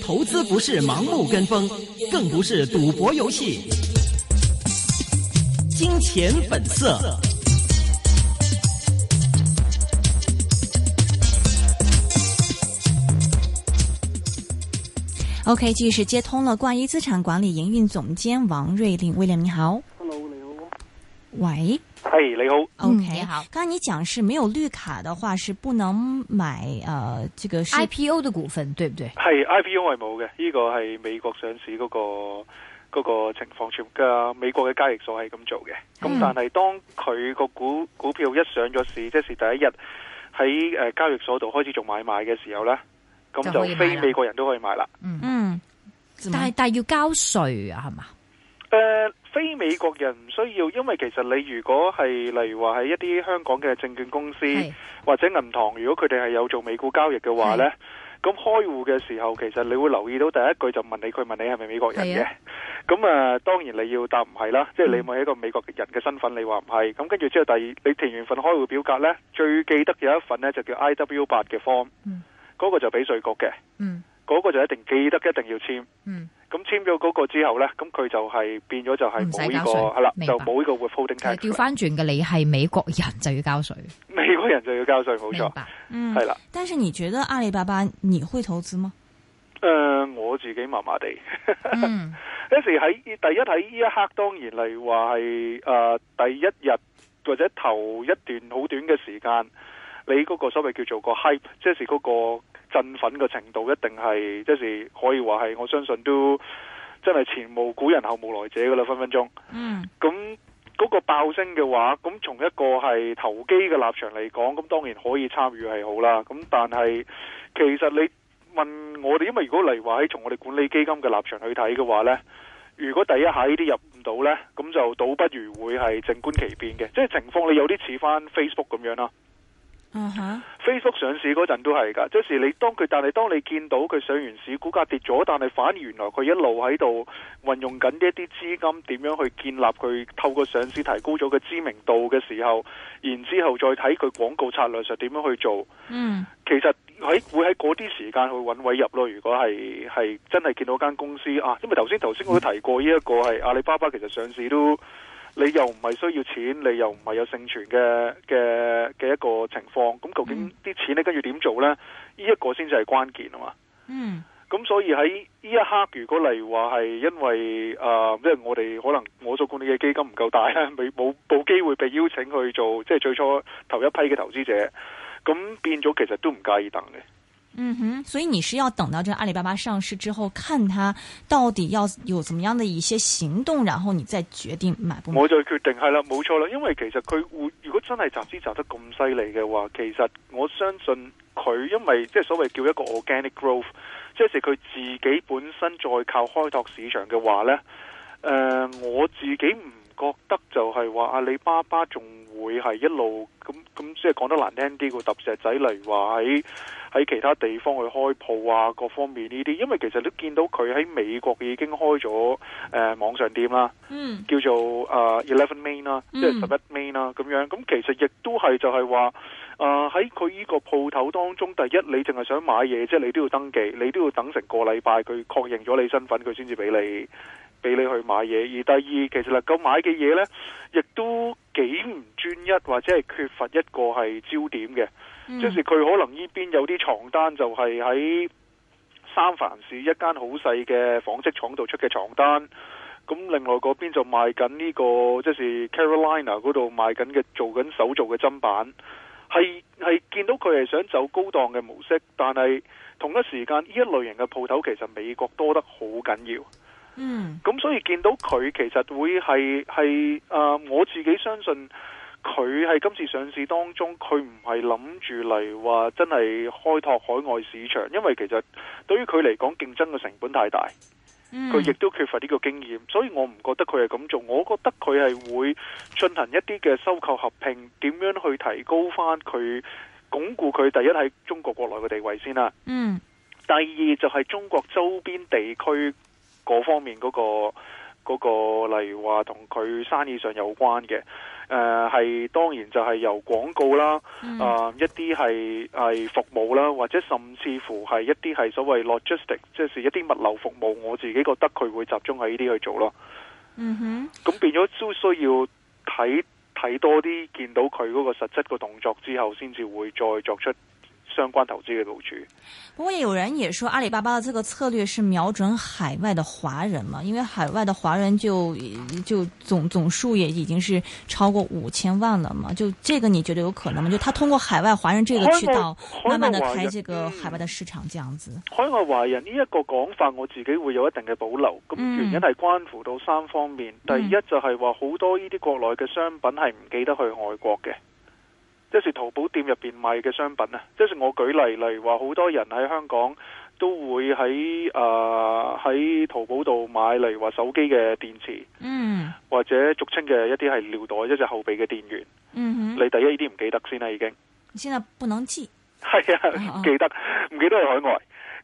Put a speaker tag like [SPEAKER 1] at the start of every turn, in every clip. [SPEAKER 1] 投资不是盲目跟风，更不是赌博游戏。金钱本色。
[SPEAKER 2] OK，继续是接通了冠一资产管理营运总监王瑞玲，William 你好。
[SPEAKER 3] Hello，你好。
[SPEAKER 2] 喂
[SPEAKER 3] 系你好，
[SPEAKER 2] ，OK，、
[SPEAKER 4] 你好
[SPEAKER 2] 刚才你讲是没有绿卡的话是不能买呃这个是
[SPEAKER 4] IPO 的股份对不对？
[SPEAKER 3] 系 IPO 係冇嘅，呢、個係美國上市嗰、個嗰、個情況，全嘅美國嘅交易所係咁做嘅。咁、
[SPEAKER 4] 嗯
[SPEAKER 3] 但係當佢個股股票一上咗市，即是第一日喺诶交易所度開始做買賣嘅時候呢，咁
[SPEAKER 4] 就
[SPEAKER 3] 就
[SPEAKER 4] 可以買啦
[SPEAKER 3] 非美國人都可以買啦。
[SPEAKER 4] 嗯，
[SPEAKER 2] 嗯，怎么
[SPEAKER 4] 但系但系要交税啊，系嘛？
[SPEAKER 3] 诶、非美國人唔需要，因為其實你如果係例如話喺一啲香港嘅證券公司。
[SPEAKER 4] 系
[SPEAKER 3] 或者銀行，如果佢哋係有做美股交易嘅話呢，咁開户嘅時候，其實你會留意到第一句就問你，佢問你係咪美國人
[SPEAKER 4] 係
[SPEAKER 3] 嘅
[SPEAKER 4] 啊。
[SPEAKER 3] 咁啊，當然你要答唔係啦，即係你
[SPEAKER 4] 嗯
[SPEAKER 3] 咪一個美國人嘅身份，你話唔係。咁跟住之後，第二你填完份開户表格呢，最記得有一份呢就叫 I W 八嘅 form，
[SPEAKER 4] 嗯
[SPEAKER 3] 嗰個就俾稅局嘅，
[SPEAKER 4] 嗯
[SPEAKER 3] 嗰個就一定記得一定要簽。
[SPEAKER 4] 嗯
[SPEAKER 3] 咁簽咗嗰個之後呢，咁佢就係變咗就係
[SPEAKER 4] 唔使
[SPEAKER 3] 冇呢
[SPEAKER 4] 交
[SPEAKER 3] 個
[SPEAKER 4] 稅
[SPEAKER 3] 係啦，
[SPEAKER 4] 明白
[SPEAKER 3] 就冇呢個 withholding
[SPEAKER 4] 係調
[SPEAKER 3] tax 啦。
[SPEAKER 4] 翻轉嘅，你係美國人就要交税，
[SPEAKER 3] 美國人就要交稅，冇
[SPEAKER 4] 明
[SPEAKER 3] 錯，
[SPEAKER 4] 白？
[SPEAKER 2] 嗯
[SPEAKER 3] 係，啦。
[SPEAKER 2] 但是你觉得阿里巴巴你会投资吗？
[SPEAKER 3] 誒、呃我自己麻麻地。
[SPEAKER 4] 嗯，
[SPEAKER 3] 有時喺第一喺呢一刻，當然例如話係誒第一日或者頭一段好短嘅時間，你嗰個所謂叫做個 hype，即係嗰個振奮嘅程度，一定係即係可以話係我相信都真係前無古人後無來者噶啦，分分鐘。
[SPEAKER 2] 嗯
[SPEAKER 3] 咁嗰個爆升嘅話，咁從一個係投機嘅立場嚟講，咁當然可以參與係好啦。咁但係其實你問我哋，因為如果嚟話喺從我哋管理基金嘅立場去睇嘅話呢，如果第一下呢啲入唔到呢，咁就倒不如會係靜觀其變嘅，即係情況你有啲似翻 Facebook 咁樣啦。
[SPEAKER 2] 嗯哼，
[SPEAKER 3] Facebook 上市嗰陣都係㗎，即是你當佢，但係當你見到佢上完市，股價跌咗，但係反而原來佢一路喺度運用緊呢一啲資金，點樣去建立佢透過上市提高咗佢知名度嘅時候，然之後再睇佢廣告策略上點樣去做。
[SPEAKER 2] 嗯
[SPEAKER 3] 其實喺會喺嗰啲時間去揾位入咯。如果係係真係見到間公司啊，因為頭先頭先我都提過呢一個係阿里巴巴，其實上市都你又唔係需要錢，你又唔係有盛傳嘅嘅嘅一個情況。咁究竟啲錢你跟住點做呢？呢、一個先至係關鍵啊嘛。
[SPEAKER 2] 嗯
[SPEAKER 3] 咁所以喺呢一刻，如果例如話係因為誒、呃即係我哋可能我所管理嘅基金唔夠大咧， 未冇冇機會被邀請去做，即係最初頭一批嘅投資者，咁變咗其實都唔介意等嘅。
[SPEAKER 2] 嗯哼，所以你是要等到这阿里巴巴上市之后，看它到底要有怎么样的一些行动，然后你再决定买不买。
[SPEAKER 3] 我就決定係啦，冇錯啦，因為其實佢會如果真係集資集得咁犀利嘅話，其實我相信佢因為即係所謂叫一個 organic growth，即係佢自己本身再靠開拓市場嘅話呢，誒、我自己唔覺得就係話阿里巴巴仲會係一路咁咁，即係講得難聽啲，個揼石仔例如話喺喺其他地方去開鋪啊，各方面呢啲，因為其實都見到佢喺美國已經開咗誒、呃、網上店啦。
[SPEAKER 2] 嗯
[SPEAKER 3] 叫做誒 Eleven Main 啦，即
[SPEAKER 2] 嗯
[SPEAKER 3] 係十一 Main 啦咁樣。咁其實亦都係就係話誒喺佢呢個鋪頭當中，第一你淨係想買嘢，即係你都要登記，你都要等成個禮拜佢確認咗你身份，佢先至俾你俾你去買嘢。而第二，其實能夠買嘅嘢呢，亦都幾唔專一，或者係缺乏一個係焦點嘅。
[SPEAKER 2] 嗯
[SPEAKER 3] 即是佢可能呢邊有啲床單就係喺三藩市一間好細嘅紡織廠度出嘅床單，咁另外嗰邊就賣緊呢、個即是 Carolina 嗰度賣緊嘅做緊手做嘅砧板，係係見到佢係想走高檔嘅模式，但係同一時間呢一類型嘅鋪頭其實美國多得好緊要。
[SPEAKER 2] 嗯
[SPEAKER 3] 咁所以見到佢其實會係係誒，我自己相信佢喺今次上市當中，佢唔係諗住嚟話真係開拓海外市場，因為其實對於佢嚟講競爭嘅成本太大，
[SPEAKER 2] 嗯
[SPEAKER 3] 佢亦都缺乏呢個經驗，所以我唔覺得佢係咁做，我覺得佢係會進行一啲嘅收購合併，點樣去提高翻佢鞏固佢第一喺中國國內嘅地位先啦。
[SPEAKER 2] 嗯
[SPEAKER 3] 第二就係中國周邊地區嗰方面嗰、個嗰、個，例如話同佢生意上有關嘅。誒係當然就係由廣告啦，
[SPEAKER 2] 嗯
[SPEAKER 3] 啊、一啲係係服務啦，或者甚至乎係一啲係所謂 logistic，即係一啲物流服務，我自己覺得佢會集中喺呢啲去做咯。
[SPEAKER 2] 嗯哼，
[SPEAKER 3] 咁變咗都需要睇睇多啲，見到佢嗰個實質個動作之後，先至會再作出相關投資嘅部署。
[SPEAKER 2] 不过有人也说，阿里巴巴的这个策略是瞄准海外的华人嘛，因为海外的华人就就总总数也已经是超过五千万了嘛，就这个你觉得有可能吗？就他通过海外华人这个渠道，
[SPEAKER 3] 海外
[SPEAKER 2] 慢慢的
[SPEAKER 3] 海外华人嗯
[SPEAKER 2] 开这个海外的市场，这样子。
[SPEAKER 3] 海外華人呢一個講法，我自己會有一定嘅保留。咁
[SPEAKER 2] 嗯
[SPEAKER 3] 原因係關乎到三方面。第一就係話好多呢啲國內嘅商品係唔記得去外國嘅，即是淘寶店入邊賣嘅商品啊。即是我舉例，例如話好多人喺香港都會喺誒喺淘寶度買，例如話手機嘅電池，
[SPEAKER 2] 嗯
[SPEAKER 3] 或者俗稱嘅一啲係尿袋，一隻後備嘅電源。
[SPEAKER 2] 嗯
[SPEAKER 3] 你
[SPEAKER 2] 哼，
[SPEAKER 3] 第一呢啲唔記得先啦，已經。
[SPEAKER 2] 你現在不能记。
[SPEAKER 3] 係
[SPEAKER 2] 啊
[SPEAKER 3] 啊，唔記得，唔記得去海外。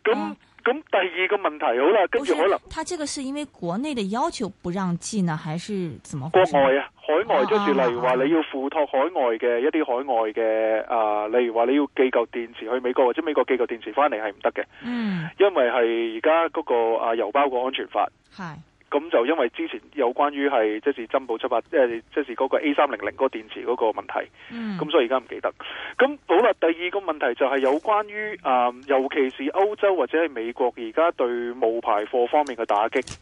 [SPEAKER 3] 咁
[SPEAKER 2] 啊
[SPEAKER 3] 咁第二個問題好啦，跟
[SPEAKER 2] 不是
[SPEAKER 3] 住可能，
[SPEAKER 2] 他这个是因为国内的要求不让进呢，还是怎么
[SPEAKER 3] 國
[SPEAKER 2] 回事？
[SPEAKER 3] 外啊，海外
[SPEAKER 2] 啊
[SPEAKER 3] 即是
[SPEAKER 2] 啊
[SPEAKER 3] 例如話
[SPEAKER 2] 啊
[SPEAKER 3] 你要付託海外嘅一啲海外嘅啊，例如話你要寄嚿電池去美國，或者美國寄嚿電池翻嚟係唔得嘅，
[SPEAKER 2] 嗯，
[SPEAKER 3] 因為係而家嗰個啊郵包個安全法。
[SPEAKER 2] 嗨，
[SPEAKER 3] 咁就因為之前有關於係即是珍寶七八，即係即是嗰個 A 三零零嗰個電池嗰個問題，
[SPEAKER 2] 嗯，
[SPEAKER 3] 咁所以而家唔記得。咁好啦，第二個問題就係有關於啊、尤其是歐洲或者係美國而家對冒牌貨方面嘅打擊。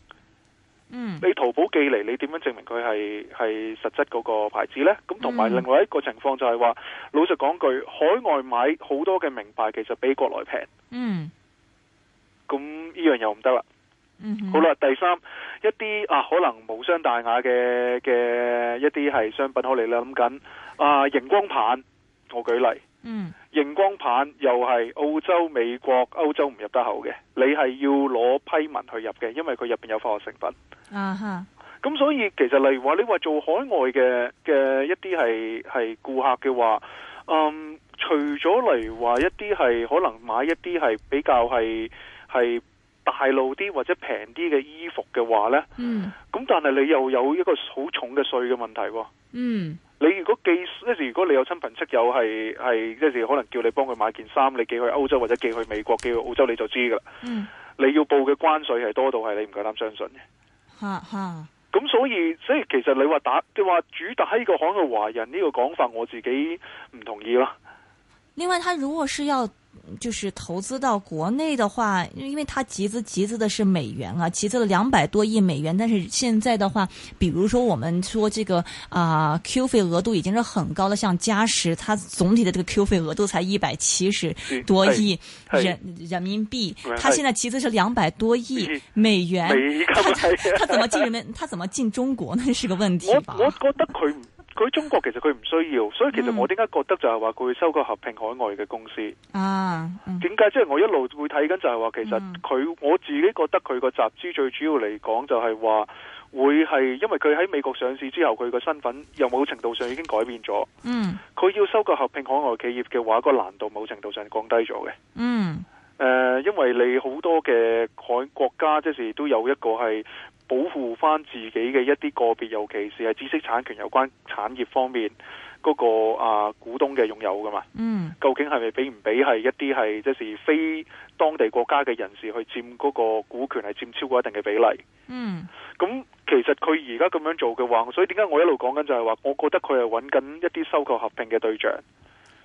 [SPEAKER 2] 嗯
[SPEAKER 3] 你淘寶寄嚟，你點樣證明佢係係實質嗰個牌子呢？咁同埋
[SPEAKER 2] 嗯
[SPEAKER 3] 另外一個情況就係話，老實講句，海外買好多嘅名牌其實比國內平，
[SPEAKER 2] 嗯
[SPEAKER 3] 咁呢樣又唔得啦。
[SPEAKER 2] 嗯哼，
[SPEAKER 3] 好啦，第三一啲啊，可能無傷大雅嘅嘅一啲係商品，我哋諗緊啊，熒光棒，我舉例。
[SPEAKER 2] 嗯
[SPEAKER 3] 熒光棒又係澳洲、美國、歐洲唔入得口嘅，你係要攞批文去入嘅，因為佢入邊有化學成分。
[SPEAKER 2] 啊哈，
[SPEAKER 3] 咁所以其實例如話，你話做海外嘅嘅一啲係係顧客嘅話，嗯，除咗例如話一啲係可能買一啲係比較係係大路啲或者平啲嘅衣服嘅話呢，
[SPEAKER 2] 嗯
[SPEAKER 3] 咁但係你又有一個好重嘅稅嘅問題喎。
[SPEAKER 2] 嗯
[SPEAKER 3] 你如果寄，即是如果你有親朋戚友係係，即是可能叫你幫佢買件衫，你寄去歐洲或者寄去美國、寄去澳洲，你就知噶啦。
[SPEAKER 2] 嗯，
[SPEAKER 3] 你要報嘅關稅係多到係你唔夠膽相信嘅。
[SPEAKER 2] 哈哈，
[SPEAKER 3] 咁所以，所以其實你話打，你話主打呢個海外華人呢個講法，我自己唔同意啦。
[SPEAKER 2] 另外，他如果是要嗯就是投资到国内的话，因为他集资集资的是美元啊，集资了两百多亿美元。但是现在的话，比如说我们说这个啊、Q 费额度已经是很高了，像嘉实，它总体的这个 Q 费额度才一百七十多亿
[SPEAKER 3] 是
[SPEAKER 2] 人人民币
[SPEAKER 3] 是，
[SPEAKER 2] 它现在集资是两百多亿
[SPEAKER 3] 是
[SPEAKER 2] 美元
[SPEAKER 3] 美， 金係
[SPEAKER 2] 它
[SPEAKER 3] 啊，
[SPEAKER 2] 怎么进人民？它怎么进中国呢？是个问题
[SPEAKER 3] 我
[SPEAKER 2] 吧？
[SPEAKER 3] 我覺得佢唔佢中國其實佢唔需要，所以其實
[SPEAKER 2] 嗯
[SPEAKER 3] 我點解覺得就係話佢會收購合併海外嘅公司。
[SPEAKER 2] 啊，嗯
[SPEAKER 3] 點解？即係我一路會睇緊，就係話
[SPEAKER 2] 嗯
[SPEAKER 3] 其實佢我自己覺得佢個集資最主要嚟講就係話會係因為佢喺美國上市之後，佢個身份有某程度上已經改變咗。
[SPEAKER 2] 嗯
[SPEAKER 3] 佢要收購合併海外企業嘅話，個難度某程度上降低咗嘅。
[SPEAKER 2] 嗯
[SPEAKER 3] 誒、因為你好多嘅海國家即是都有一個係保護翻自己嘅一啲個別，尤其是係知識產權有關產業方面嗰、個啊股東嘅擁有噶嘛。
[SPEAKER 2] 嗯
[SPEAKER 3] 究竟係咪俾唔俾係一啲係即是非當地國家嘅人士去佔嗰個股權係佔超過一定嘅比例？
[SPEAKER 2] 嗯
[SPEAKER 3] 咁其實佢而家咁樣做嘅話，所以點解我一路講緊就係話，我覺得佢係揾緊一啲收購合併嘅對象。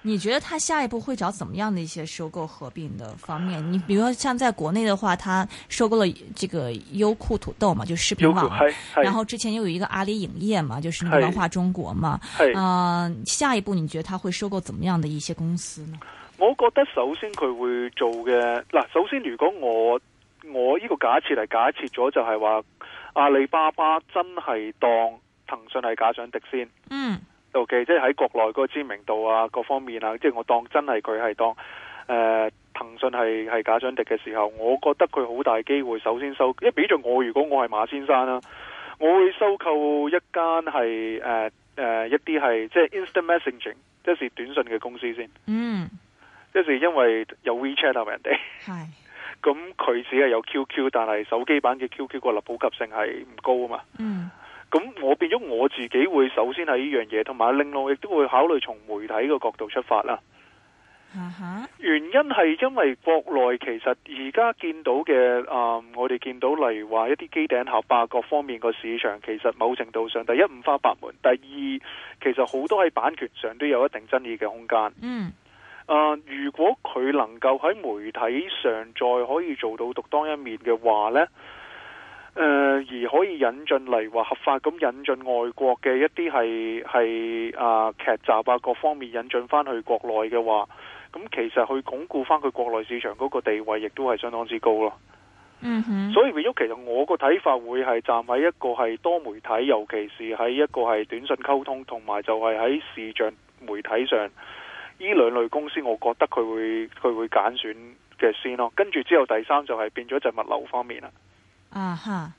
[SPEAKER 2] 你觉得他下一步会找怎么样的一些收购合并的方面？你比如说像在国内的话，他收购了这个优酷土豆嘛，就视频
[SPEAKER 3] 有
[SPEAKER 2] 网，
[SPEAKER 3] 係
[SPEAKER 2] 嗯然
[SPEAKER 3] 係
[SPEAKER 2] 后之前又有一个阿里影业嘛，就是那个
[SPEAKER 3] 是
[SPEAKER 2] 文化中国嘛。
[SPEAKER 3] 係
[SPEAKER 2] 嗯、下一步你觉得他会收购怎么样的一些公司呢？
[SPEAKER 3] 我覺得首先佢會做嘅嗱，首先如果我我呢個假設係假設咗就係話阿里巴巴真係當騰訊係假想敵先。
[SPEAKER 2] 嗯
[SPEAKER 3] O.K. 即係喺國內嗰個知名度啊，各方面啊，即係我當真係佢係當誒、呃、騰訊係係假想敵嘅時候，我覺得佢好大機會首先收，因為比著我，如果我係馬先生啦、我會收購一間係誒誒一啲係即係 instant messaging，即係短信嘅公司先，
[SPEAKER 2] 嗯，
[SPEAKER 3] 即係因為有 WeChat 啊人哋，
[SPEAKER 2] 嗨，
[SPEAKER 3] 咁佢只係有 QQ，但係手機版嘅 QQ 個普及性係唔高啊嘛。
[SPEAKER 2] 嗯
[SPEAKER 3] 咁我變咗我自己會首先係呢樣嘢，同埋另外亦都會考慮從媒體嘅角度出發啦。
[SPEAKER 2] 啊哈，
[SPEAKER 3] 原因係因為國內其實而家見到嘅啊、我哋見到例如話一啲機頂盒啊，各方面個市場其實某程度上，第一五花八門，第二其實好多喺版權上都有一定爭議嘅空間。
[SPEAKER 2] 嗯
[SPEAKER 3] 啊，如果佢能夠喺媒體上再可以做到獨當一面嘅話呢，誒、而可以引進嚟話合法咁引進外國嘅一啲係係啊劇集啊各方面引進翻去國內嘅話，咁其實去鞏固翻佢國內市場嗰個地位，亦都係相當之高咯。
[SPEAKER 2] 嗯哼，
[SPEAKER 3] 所以變咗，其實我個睇法會係站喺一個係多媒體，尤其是喺一個係短信溝通，同埋就係喺視像媒體上，呢兩類公司，我覺得佢會佢會揀選嘅先咯。跟住之後第三就係變咗就係物流方面啦。
[SPEAKER 2] 啊哈，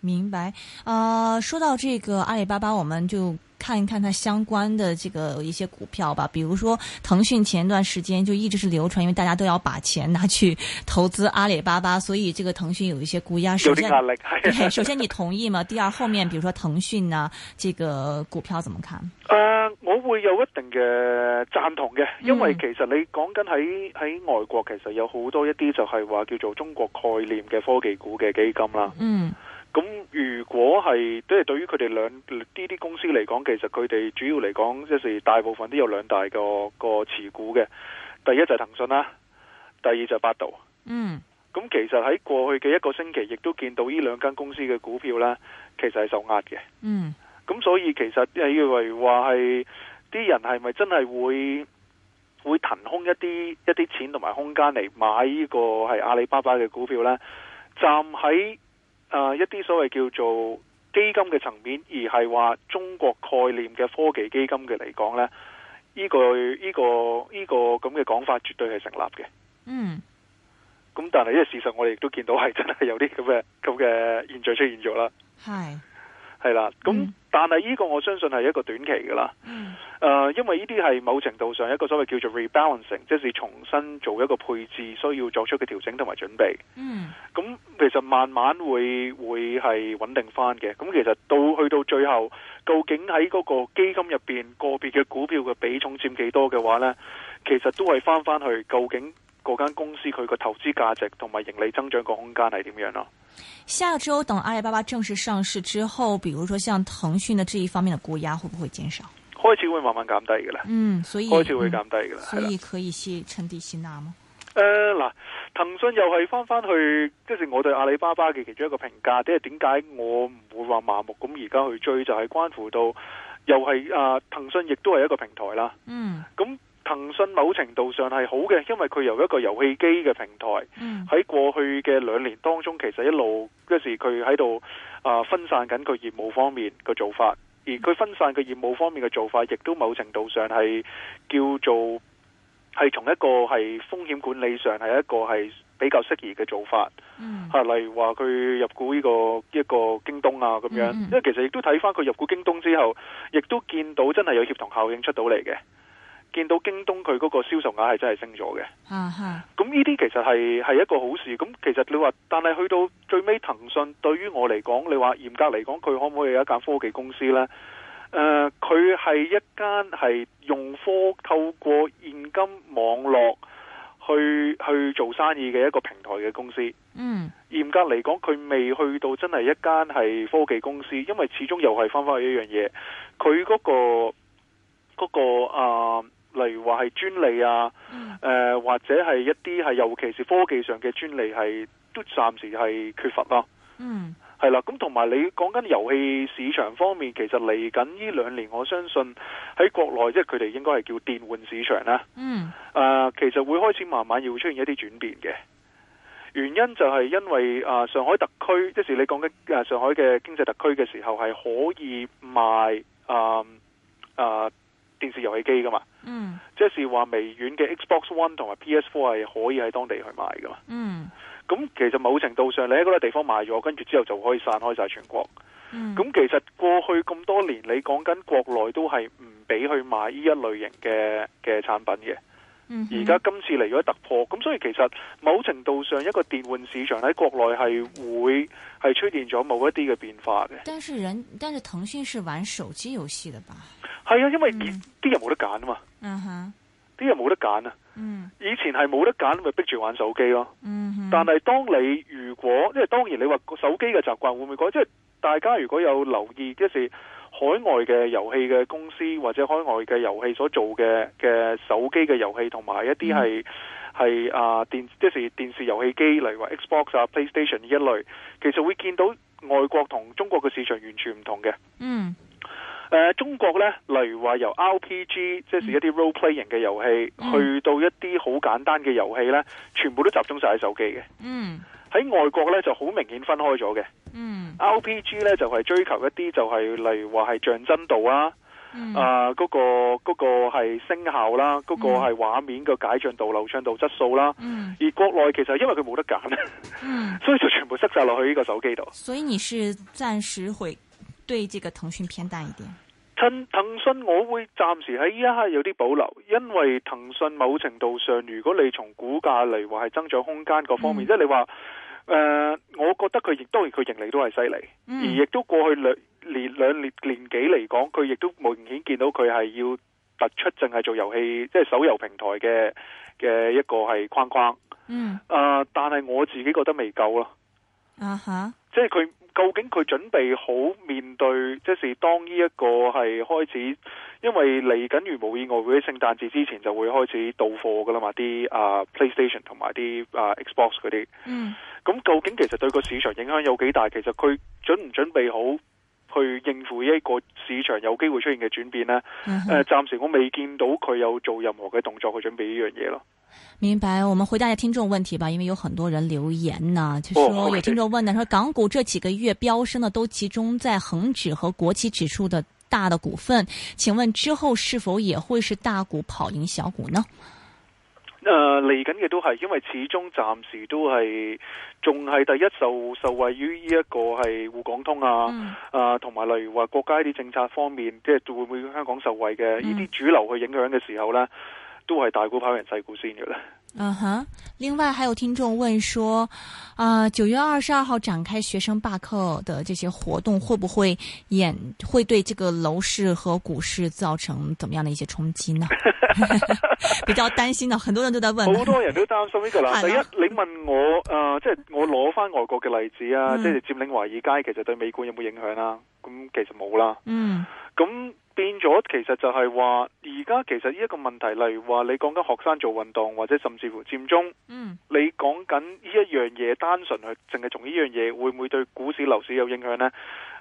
[SPEAKER 2] 明白。呃，说到这个阿里巴巴，我们就看一看它相关的这个一些股票吧。比如说腾讯前段时间就一直是流传，因为大家都要把钱拿去投资阿里巴巴，所以这个腾讯有一些估压。
[SPEAKER 3] 有
[SPEAKER 2] 首
[SPEAKER 3] 啲
[SPEAKER 2] 先，
[SPEAKER 3] 壓力
[SPEAKER 2] 对，
[SPEAKER 3] 係。
[SPEAKER 2] 首先你同意吗？第二，后面比如说腾讯呐、这个股票怎么看？
[SPEAKER 3] 誒、我會有一定嘅呃贊同嘅，因為
[SPEAKER 2] 嗯
[SPEAKER 3] 其實你講緊喺喺外國，其實有好多一啲就係話叫做中國概念嘅科技股嘅基金啦。
[SPEAKER 2] 嗯
[SPEAKER 3] 咁如果係即係對於佢哋兩呢啲公司嚟講，其實佢哋主要嚟講，即是大部分都有兩大個個持股嘅。第一就係騰訊啦，第二就係百度。
[SPEAKER 2] 嗯
[SPEAKER 3] 咁其實喺過去嘅一個星期，亦都見到呢兩間公司嘅股票呢，其實係受壓嘅。
[SPEAKER 2] 嗯
[SPEAKER 3] 咁所以其實你以為話係啲人係咪真係會會騰空一啲一啲錢同埋空間嚟買呢個係阿里巴巴嘅股票呢？站喺啊、呃一啲所謂叫做基金嘅層面，而係話中國概念嘅科技基金嘅嚟講呢，呢、個呢、個呢、個咁嘅講法絕對係成立嘅。
[SPEAKER 2] 嗯
[SPEAKER 3] 咁但係因為事實我哋亦都見到係真係有啲咁嘅咁嘅現象出現咗啦，
[SPEAKER 2] 嗨，
[SPEAKER 3] 係啦。咁、
[SPEAKER 2] 嗯
[SPEAKER 3] 但係呢個我相信係一個短期噶啦。
[SPEAKER 2] 嗯
[SPEAKER 3] 誒、呃因為呢啲係某程度上一個所謂叫做 rebalancing，即是重新做一個配置，需要作出嘅調整同埋準備。
[SPEAKER 2] 嗯
[SPEAKER 3] 咁其實慢慢會會係穩定翻嘅。咁其實到去到最後，究竟喺嗰個基金入邊個別嘅股票嘅比重佔幾多嘅話呢？其實都係翻翻去究竟嗰間公司佢個投資價值同埋盈利增長個空間係點樣咯。
[SPEAKER 2] 下周等阿里巴巴正式上市之后，比如说像腾讯的这一方面的估压会不会减少？
[SPEAKER 3] 開始會慢慢減低嘅啦，
[SPEAKER 2] 嗯，所以嗯
[SPEAKER 3] 開始會嗯減低嘅啦，係
[SPEAKER 2] 所
[SPEAKER 3] 啦。
[SPEAKER 2] 以可以吸趁低吸纳吗？
[SPEAKER 3] 誒呃嗱、騰訊又係翻翻去，即係我對阿里巴巴嘅其中一個評價，即係點解我唔會話麻木咁而家去追，就係、關乎到又係啊騰訊亦都係一個平台啦。
[SPEAKER 2] 嗯
[SPEAKER 3] 咁騰訊某程度上係好嘅，因為佢由一個遊戲機嘅平台
[SPEAKER 2] 嗯
[SPEAKER 3] 喺過去嘅兩年當中，其實一路即是佢喺度啊分散緊佢業務方面嘅做法，而佢分散佢業務方面嘅做法，亦都某程度上係叫做係從一個係風險管理上係一個係比較適宜嘅做法。
[SPEAKER 2] 嗯
[SPEAKER 3] 啊，例如話佢入股呢、個一個京東啊咁樣，
[SPEAKER 2] 嗯嗯
[SPEAKER 3] 因為其實亦都睇翻佢入股京東之後，亦都見到真係有協同效應出到嚟嘅，見到京東佢嗰個銷售額係真係升咗嘅。
[SPEAKER 2] 啊哈，
[SPEAKER 3] 咁呢啲其實係係一個好事。咁其實你話，但係去到最尾，騰訊對於我嚟講，你話嚴格嚟講，佢可唔可以有一間科技公司呢？誒、佢係一間係用科透過現金網絡去去做生意嘅一個平台嘅公司。
[SPEAKER 2] 嗯
[SPEAKER 3] 嚴格嚟講，佢未去到真係一間係科技公司，因為始終又係翻返去一樣嘢，佢嗰、個嗰、個啊、例如話係專利啊，
[SPEAKER 2] 嗯
[SPEAKER 3] 誒、或者係一啲係尤其是科技上嘅專利係都暫時係缺乏啦，
[SPEAKER 2] 嗯
[SPEAKER 3] 係啦。咁同埋你講緊遊戲市場方面，其實嚟緊呢兩年，我相信喺國內即係佢哋應該係叫電玩市場啦。
[SPEAKER 2] 嗯
[SPEAKER 3] 誒、呃其實會開始慢慢要出現一啲轉變嘅。原因就係因為啊、上海特區，即是你講緊誒上海嘅經濟特區嘅時候，係可以賣啊啊電視遊戲機噶嘛，
[SPEAKER 2] 嗯
[SPEAKER 3] 即是話微軟嘅 Xbox One 同埋 PS4 係可以喺當地去賣噶嘛。
[SPEAKER 2] 嗯
[SPEAKER 3] 咁其實某程度上，你喺嗰個地方賣咗，跟住之後就可以散開晒全國。
[SPEAKER 2] 嗯
[SPEAKER 3] 咁其實過去咁多年，你講緊國內都係唔俾去買呢一類型嘅嘅產品嘅。
[SPEAKER 2] 嗯哼
[SPEAKER 3] 而家今次嚟咗突破，咁所以其實某程度上一個電換市場喺國內係會係出現咗某一啲嘅變化嘅。
[SPEAKER 2] 但是人，但是腾讯是玩手机游戏的吧？
[SPEAKER 3] 係啊，因為
[SPEAKER 2] 嗯
[SPEAKER 3] 啲人冇得揀啊嘛，
[SPEAKER 2] 嗯哼，
[SPEAKER 3] 啲人冇得揀啊。
[SPEAKER 2] 嗯
[SPEAKER 3] 以前係冇得揀，咪逼住玩手機咯。
[SPEAKER 2] 嗯哼，
[SPEAKER 3] 但係當你如果，因為當然你話個手機嘅習慣會唔會改？即係大家如果有留意，即是海外嘅遊戲嘅公司或者海外嘅遊戲所做嘅嘅手機嘅遊戲，同埋一啲
[SPEAKER 2] 嗯
[SPEAKER 3] 係係啊電，即是電視遊戲機，例如話 Xbox 啊、PlayStation 呢一類，其實會見到外國同中國嘅市場完全唔同嘅。
[SPEAKER 2] 嗯
[SPEAKER 3] 誒、中國呢，例如話由 RPG，即是一啲 role playing 嘅遊戲，
[SPEAKER 2] 嗯
[SPEAKER 3] 去到一啲好簡單嘅遊戲呢，全部都集中晒喺手機嘅。
[SPEAKER 2] 嗯
[SPEAKER 3] 喺外國呢，就好明顯分開咗嘅。
[SPEAKER 2] 嗯
[SPEAKER 3] RPG 呢，就係、追求一啲就係、例如話係象真度啊，
[SPEAKER 2] 嗯
[SPEAKER 3] 啊嗰、個嗰、個係聲效啦，嗰、個係畫面嘅解像度、流暢度、質素啦。
[SPEAKER 2] 嗯
[SPEAKER 3] 而國內其實因為佢冇得揀，
[SPEAKER 2] 嗯，
[SPEAKER 3] 所以就全部塞晒落去呢個手機度。
[SPEAKER 2] 所以你是暂时会对这个腾讯偏淡一点。
[SPEAKER 3] 趁騰訊，我會暫時喺呢一刻有啲保留，因為騰訊某程度上，如果你從股價嚟話係增長空間各方面，
[SPEAKER 2] 嗯
[SPEAKER 3] 即係你話，誒、我覺得佢亦當然佢盈利都係犀利，而
[SPEAKER 2] 嗯
[SPEAKER 3] 亦都過去兩年兩年年幾嚟講，佢亦都明顯見到佢係要突出，淨係做遊戲即係手遊平台嘅嘅一個係框框。
[SPEAKER 2] 嗯
[SPEAKER 3] 誒、但係我自己覺得未夠咯。
[SPEAKER 2] 啊哈，
[SPEAKER 3] 即係佢究竟佢準備好面對，即是當呢一個係開始，因為嚟緊如無意外會喺聖誕節之前就會開始到貨噶啦嘛，啲啊 PlayStation 同埋啲啊 Xbox 嗰啲，
[SPEAKER 2] 嗯
[SPEAKER 3] 咁究竟其實對個市場影響有幾大？其實佢準唔準備好？去應付呢一個市場有機會出現嘅轉變呢？
[SPEAKER 2] 嗯
[SPEAKER 3] 誒、
[SPEAKER 2] 哼。
[SPEAKER 3] 暫時我未見到佢有做任何嘅動作去準備呢樣嘢咯。
[SPEAKER 2] 明白，我们回答一下听众问题吧，因为有很多人留言呢、就
[SPEAKER 3] 哦
[SPEAKER 2] 说
[SPEAKER 3] ，OK
[SPEAKER 2] 有听众问呢，说港股这几个月飙升的都集中在恒指和国企指数的大的股份，请问之后是否也会是大股跑赢小股呢？
[SPEAKER 3] 诶嚟緊嘅都係，因為始終暫時都係仲係第一受受惠於呢一個係滬港通啊，
[SPEAKER 2] 嗯
[SPEAKER 3] 啊同埋例如話國家一啲政策方面，即係會唔會香港受惠嘅呢
[SPEAKER 2] 嗯
[SPEAKER 3] 啲主流去影響嘅時候呢，都係大股跑人細股先嘅啦。
[SPEAKER 2] 嗯哼，另外还有听众问说，啊、九月二十二号展开学生罢课的这些活动，会不会演会对这个楼市和股市造成怎么样的一些冲击呢？ 比较担心的，很多人都在问。
[SPEAKER 3] 好多人都擔心呢個啦。第
[SPEAKER 2] 係啦
[SPEAKER 3] 一，你問我诶、呃即係我攞翻外國嘅例子啊，
[SPEAKER 2] 嗯
[SPEAKER 3] 即係佔領華爾街，其實對美股有冇影響啦？咁其實冇啦。
[SPEAKER 2] 嗯
[SPEAKER 3] 咁變咗，其實就係話，而家其實呢一個問題，例如話你講緊學生做運動，或者甚至乎佔中，
[SPEAKER 2] 嗯。
[SPEAKER 3] 你講緊呢一樣嘢，單純去淨係從呢樣嘢，會唔會對股市、樓市有影響呢？誒、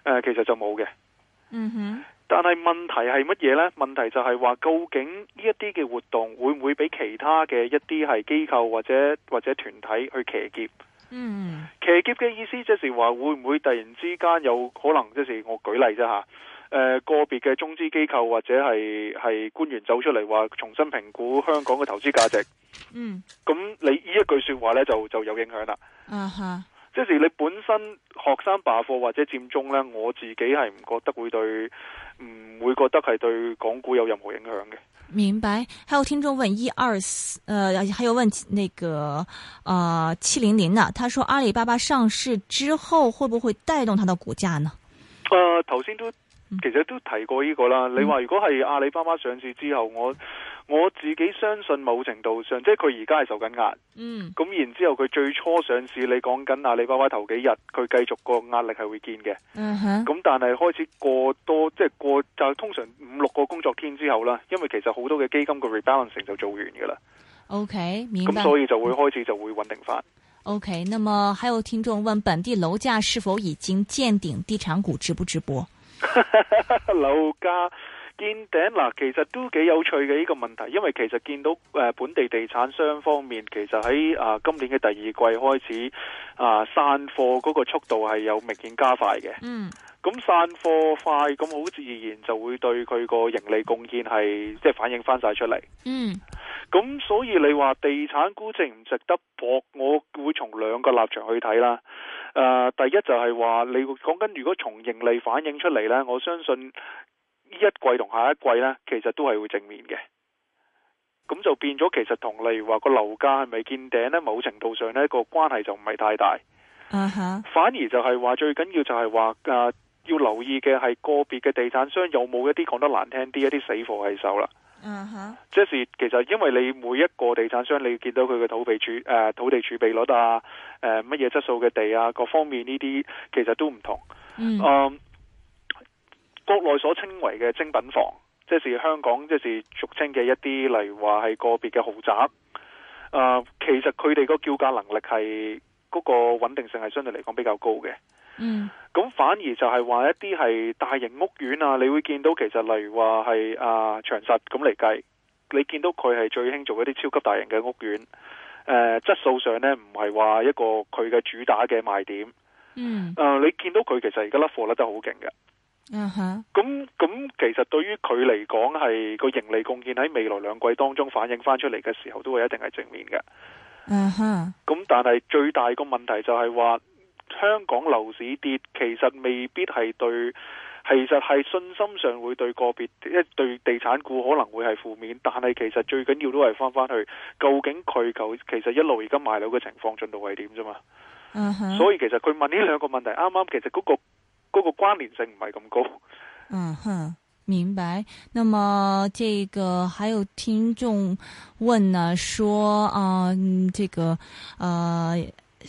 [SPEAKER 3] 呃其實就冇嘅。
[SPEAKER 2] 嗯哼，
[SPEAKER 3] 但係問題係乜嘢呢？問題就係話，究竟呢一啲嘅活動會唔會俾其他嘅一啲係機構或者或者團體去騎劫？
[SPEAKER 2] 嗯
[SPEAKER 3] 騎劫嘅意思即是話會唔會突然之間有可能，即是我舉例啫嚇。誒、個別嘅中資機構或者係係官員走出嚟話重新評估香港嘅投資價值，
[SPEAKER 2] 嗯
[SPEAKER 3] 咁你呢一句説話呢，就就有影響啦。
[SPEAKER 2] 啊哈，
[SPEAKER 3] 即是你本身學生罷課或者佔中呢，我自己係唔覺得會對，唔會覺得係對港股有任何影響嘅。
[SPEAKER 2] 明白。还有听众问一二四，呃，还有问那个呃七零零呢，他说阿里巴巴上市之后会不会带动它的股价呢？
[SPEAKER 3] 誒、啊頭先都
[SPEAKER 2] 嗯
[SPEAKER 3] 其實都提過呢個啦。你話如果係阿里巴巴上市之後，我我自己相信某程度上，即係佢而家係受緊壓。
[SPEAKER 2] 嗯
[SPEAKER 3] 咁然之後佢最初上市，你講緊阿里巴巴頭幾日，佢繼續個壓力係會見嘅。
[SPEAKER 2] 嗯哼，
[SPEAKER 3] 咁但係開始過多，即係過就通常五六個工作天之後啦，因為其實好多嘅基金個 rebalancing 就做完㗎啦，
[SPEAKER 2] ，OK，明
[SPEAKER 3] 咁
[SPEAKER 2] 白。
[SPEAKER 3] 所以就會開始就會穩定 翻。
[SPEAKER 2] OK，那么还有听众问本地楼价是否已经见顶，地产股直不直播？
[SPEAKER 3] 樓價見頂嗱，其實都幾有趣嘅呢、個問題，因為其實見到誒、呃本地地產商方面，其實喺啊、今年嘅第二季開始啊、散貨嗰個速度係有明顯加快嘅。
[SPEAKER 2] 嗯
[SPEAKER 3] 咁散貨快，咁好自然就會對佢個盈利貢獻係即係反映翻晒出嚟。
[SPEAKER 2] 嗯
[SPEAKER 3] 咁所以你話地產估值唔值得搏，我會從兩個立場去睇啦。誒、第一就係話你講緊如果從盈利反映出嚟呢，我相信呢一季同下一季呢，其實都係會正面嘅。咁就變咗其實同例如話個樓價係咪見頂呢？某程度上呢個關係就唔係太大，
[SPEAKER 2] 啊哈，
[SPEAKER 3] 反而就係話最緊要就係話啊，要留意嘅係個別嘅地產商有冇一啲講得難聽啲一啲死貨喺手啦。
[SPEAKER 2] 啊哈，
[SPEAKER 3] 即是其實因為你每一個地產商，你見到佢嘅土地儲誒、呃土地儲備率啊，誒乜嘢質素嘅地啊，各方面呢啲其實都唔同。
[SPEAKER 2] 嗯
[SPEAKER 3] 嗯，國內所稱為嘅精品房，即是香港即是俗稱嘅一啲，例如話係個別嘅豪宅。誒、其實佢哋個叫價能力係嗰、個穩定性係相對嚟講比較高嘅。
[SPEAKER 2] 嗯
[SPEAKER 3] 咁反而就係話一啲係大型屋苑啊，你會見到其實例如話係啊長實咁嚟計，你見到佢係最興做一啲超級大型嘅屋苑，誒、質素上呢，唔係話一個佢嘅主打嘅賣點，誒、
[SPEAKER 2] 嗯，
[SPEAKER 3] 你見到佢其實而家甩貨甩得好勁嘅，
[SPEAKER 2] 啊哈，
[SPEAKER 3] 咁咁其實對於佢嚟講係個盈利貢獻喺未來兩季當中反映翻出嚟嘅時候，都會一定係正面嘅。
[SPEAKER 2] 啊哈，
[SPEAKER 3] 咁但係最大個問題就係話，香港樓市跌其實未必係對，其實係信心上會對個別一對地產股可能會係負面，但係其實最緊要都係翻翻去究竟佢究其實一路而家賣樓嘅情況進度係點啫嘛。
[SPEAKER 2] 啊
[SPEAKER 4] 嗯
[SPEAKER 2] 哈，
[SPEAKER 3] 所以其實佢問呢兩個問題，啱啱其實嗰、個嗰、個關聯性唔係咁高。
[SPEAKER 2] 嗯哼，明白。那么这个还有听众问呢，说啊、嗯这个呃，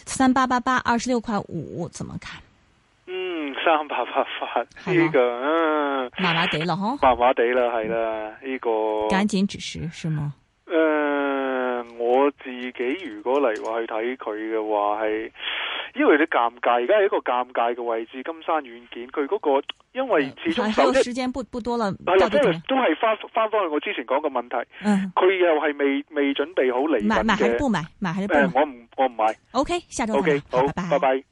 [SPEAKER 2] 三八八八二十六块五怎么看？
[SPEAKER 3] 嗯，三百八八
[SPEAKER 4] 係嘛
[SPEAKER 3] 呢個嗯
[SPEAKER 2] 麻麻地了哈，
[SPEAKER 3] 麻麻地啦，係啦，呢、個。
[SPEAKER 2] 赶紧指示是吗？
[SPEAKER 3] 诶、呃我自己如果嚟話去睇佢嘅話係，因為你尷尬，而家係一個尷尬嘅位置。金山軟件佢嗰、個，因為呃始
[SPEAKER 2] 还
[SPEAKER 3] 終
[SPEAKER 2] 还
[SPEAKER 3] 手
[SPEAKER 2] 有
[SPEAKER 3] 一
[SPEAKER 2] 时间不不多了，
[SPEAKER 3] 係
[SPEAKER 2] 到底
[SPEAKER 3] 啦，即
[SPEAKER 2] 怎么样
[SPEAKER 3] 係？都係翻翻翻去我之前講嘅問題，
[SPEAKER 2] 嗯，
[SPEAKER 3] 佢又係未未準備好嚟
[SPEAKER 2] 买
[SPEAKER 3] 緊
[SPEAKER 2] 买还是
[SPEAKER 3] 嘅。
[SPEAKER 2] 不买？买还是不
[SPEAKER 3] 诶、
[SPEAKER 2] 买
[SPEAKER 3] 哎我唔我唔買。
[SPEAKER 2] ？OK，下周
[SPEAKER 3] O
[SPEAKER 2] 再
[SPEAKER 3] K，
[SPEAKER 2] 聊，
[SPEAKER 3] 好，
[SPEAKER 2] 拜
[SPEAKER 3] 拜拜